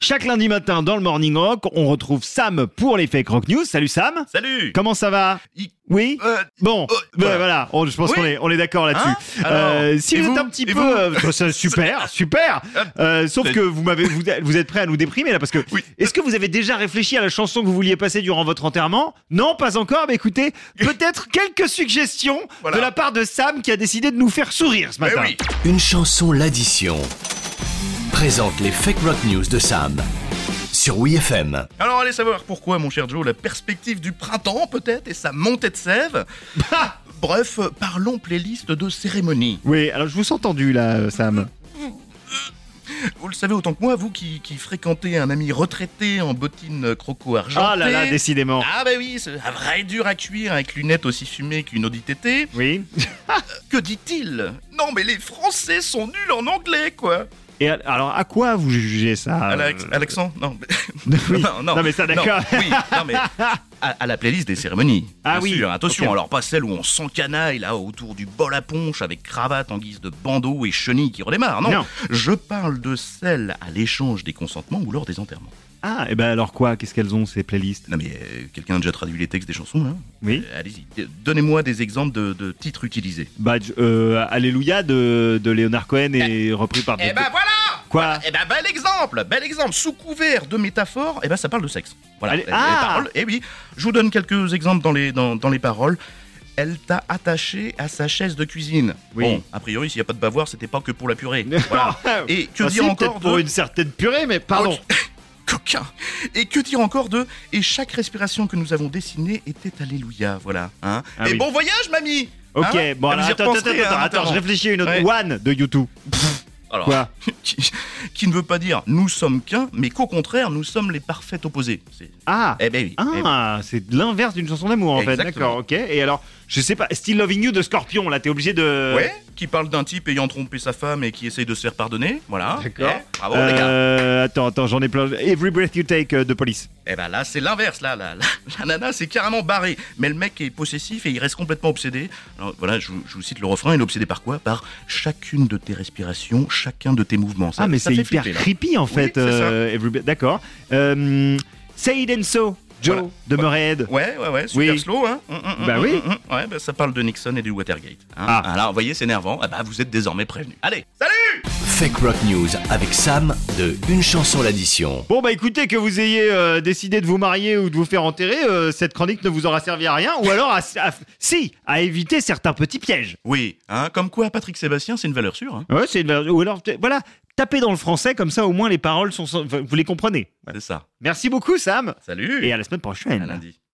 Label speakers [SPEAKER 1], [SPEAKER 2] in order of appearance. [SPEAKER 1] Chaque lundi matin dans le Morning Rock, on retrouve Sam pour les Fake Rock News. Salut Sam
[SPEAKER 2] Salut
[SPEAKER 1] Comment ça va
[SPEAKER 2] I-
[SPEAKER 1] Oui
[SPEAKER 2] Euh,
[SPEAKER 1] Bon,
[SPEAKER 2] euh,
[SPEAKER 1] ben
[SPEAKER 2] voilà.
[SPEAKER 1] voilà, on- je pense
[SPEAKER 2] Oui.
[SPEAKER 1] qu'on est, on est d'accord là-dessus. Euh,
[SPEAKER 2] Hein Alors,
[SPEAKER 1] si
[SPEAKER 2] et
[SPEAKER 1] vous,
[SPEAKER 2] vous
[SPEAKER 1] êtes un petit
[SPEAKER 2] Et
[SPEAKER 1] peu...
[SPEAKER 2] vous
[SPEAKER 1] euh, ça, ça, super, super Euh, Sauf que vous, m'avez, vous, vous êtes prêt à nous déprimer là, parce que...
[SPEAKER 2] Oui.
[SPEAKER 1] Est-ce que vous avez déjà réfléchi à la chanson que vous vouliez passer durant votre enterrement Non, pas encore, mais écoutez, peut-être quelques suggestions
[SPEAKER 2] Voilà.
[SPEAKER 1] de la part de Sam qui a décidé de nous faire sourire ce
[SPEAKER 2] Eh
[SPEAKER 1] matin.
[SPEAKER 2] oui
[SPEAKER 3] Une chanson l'addition présente les fake rock news de Sam sur WeFM.
[SPEAKER 2] Alors allez savoir pourquoi, mon cher Joe, la perspective du printemps peut-être et sa montée de sève. Bref, euh, parlons playlist de cérémonie.
[SPEAKER 1] Oui, alors je vous ai entendu là, euh, Sam.
[SPEAKER 2] Vous le savez autant que moi, vous qui, qui fréquentez un ami retraité en bottine croco argentée.
[SPEAKER 1] Ah là là, décidément.
[SPEAKER 2] Ah bah oui, c'est un vrai dur à cuire avec lunettes aussi fumées qu'une Audi TT.
[SPEAKER 1] Oui.
[SPEAKER 2] Que dit-il Non mais les Français sont nuls en anglais quoi.
[SPEAKER 1] Et al- alors, à quoi vous jugez ça
[SPEAKER 2] À la-
[SPEAKER 1] euh,
[SPEAKER 2] à l'accent Non. mais-
[SPEAKER 1] oui. Non, mais ça, d'accord.
[SPEAKER 2] Non, oui, non, mais à, à la playlist des cérémonies.
[SPEAKER 1] Ah
[SPEAKER 2] bien
[SPEAKER 1] oui,
[SPEAKER 2] sûr, attention,
[SPEAKER 1] ok.
[SPEAKER 2] alors pas celle où on s'encanaille là autour du bol à ponche avec cravate en guise de bandeau et chenille qui redémarre. Non,
[SPEAKER 1] Non.
[SPEAKER 2] je parle de celle à l'échange des consentements ou lors des enterrements.
[SPEAKER 1] Ah, et ben alors quoi Qu'est-ce qu'elles ont ces playlists
[SPEAKER 2] Non mais euh, quelqu'un a déjà traduit les textes des chansons là
[SPEAKER 1] Oui.
[SPEAKER 2] Euh, Allez-y, d- donnez-moi des exemples de, de titres utilisés.
[SPEAKER 1] Badge, euh, Alléluia de, de Leonard Cohen et repris par.
[SPEAKER 2] Eh ben voilà
[SPEAKER 1] Quoi
[SPEAKER 2] Eh ben bel exemple, bel exemple, sous couvert de métaphores, eh ben ça parle de sexe. Voilà,
[SPEAKER 1] Allez,
[SPEAKER 2] les,
[SPEAKER 1] ah
[SPEAKER 2] les paroles. Eh oui, je vous donne quelques exemples dans les, dans, dans les paroles. Elle t'a attaché à sa chaise de cuisine.
[SPEAKER 1] Oui.
[SPEAKER 2] Bon, a priori, s'il n'y a pas de bavoir, c'était pas que pour la purée.
[SPEAKER 1] Non.
[SPEAKER 2] Voilà. Et que
[SPEAKER 1] Ah, si,
[SPEAKER 2] dire
[SPEAKER 1] peut-être
[SPEAKER 2] encore
[SPEAKER 1] pour
[SPEAKER 2] de...
[SPEAKER 1] une certaine purée, mais pardon.
[SPEAKER 2] Coquin Et que dire encore de... Et chaque respiration que nous avons dessinée était alléluia, voilà. Hein
[SPEAKER 1] Ah
[SPEAKER 2] et
[SPEAKER 1] oui.
[SPEAKER 2] bon voyage, mamie
[SPEAKER 1] Ok,
[SPEAKER 2] Hein
[SPEAKER 1] bon
[SPEAKER 2] Vous
[SPEAKER 1] alors
[SPEAKER 2] y
[SPEAKER 1] attends, attends,
[SPEAKER 2] repenserez,
[SPEAKER 1] attends,
[SPEAKER 2] hein,
[SPEAKER 1] attends, je
[SPEAKER 2] notamment.
[SPEAKER 1] réfléchis à une autre.
[SPEAKER 2] Ouais.
[SPEAKER 1] One de YouTube.
[SPEAKER 2] Alors,
[SPEAKER 1] Quoi
[SPEAKER 2] qui, qui ne veut pas dire nous sommes qu'un, mais qu'au contraire, nous sommes les parfaits opposés. C'est-
[SPEAKER 1] Ah
[SPEAKER 2] Eh ben oui. eh ben.
[SPEAKER 1] Ah, c'est l'inverse d'une chanson d'amour en fait.
[SPEAKER 2] Exactement.
[SPEAKER 1] D'accord, ok. Et alors, je sais pas, Still Loving You de Scorpion, là, t'es obligé de.
[SPEAKER 2] Ouais, qui parle d'un type ayant trompé sa femme et qui essaye de se faire pardonner. Voilà.
[SPEAKER 1] D'accord.
[SPEAKER 2] Eh, bravo, les gars.
[SPEAKER 1] Euh, attends, attends, j'en ai plein. Every Breath You Take euh, de Police.
[SPEAKER 2] Eh ben là, c'est l'inverse. Là, là, là. la nana, c'est carrément barré. Mais le mec est possessif et il reste complètement obsédé. Alors, voilà, je, vous- je vous cite le refrain. Il est obsédé par quoi Par chacune de tes respirations, chacun de tes mouvements. Ça-
[SPEAKER 1] ah, mais
[SPEAKER 2] ça
[SPEAKER 1] c'est
[SPEAKER 2] fait
[SPEAKER 1] hyper
[SPEAKER 2] flipper, là.
[SPEAKER 1] creepy en fait.
[SPEAKER 2] c'est ça.
[SPEAKER 1] euh, Every Breath- D'accord. Euh, Say It and So, Joe
[SPEAKER 2] Voilà.
[SPEAKER 1] de Murrayhead.
[SPEAKER 2] Ouais, ouais, ouais, super
[SPEAKER 1] Oui.
[SPEAKER 2] slow, hein. Hum, hum, hum,
[SPEAKER 1] Bah
[SPEAKER 2] hum,
[SPEAKER 1] oui.
[SPEAKER 2] hum, hum. Ouais, bah, ça parle de Nixon et du Watergate. hein.
[SPEAKER 1] Ah.
[SPEAKER 2] Alors, vous voyez, c'est énervant. Ah bah, vous êtes désormais prévenus. Allez, salut
[SPEAKER 3] Fake rock news avec Sam de Une chanson l'addition.
[SPEAKER 1] Bon, bah écoutez, que vous ayez euh, décidé de vous marier ou de vous faire enterrer, euh, cette chronique ne vous aura servi à rien, ou alors à, à- si, à éviter certains petits pièges.
[SPEAKER 2] Oui, hein, comme quoi Patrick Sébastien, c'est une valeur sûre. Hein.
[SPEAKER 1] Ouais, c'est une valeur- ou alors, t- voilà, tapez dans le français, comme ça au moins les paroles sont. sont- enfin, vous les comprenez.
[SPEAKER 2] C'est ça.
[SPEAKER 1] Merci beaucoup, Sam,
[SPEAKER 2] Salut
[SPEAKER 1] et à la semaine prochaine.
[SPEAKER 2] à lundi.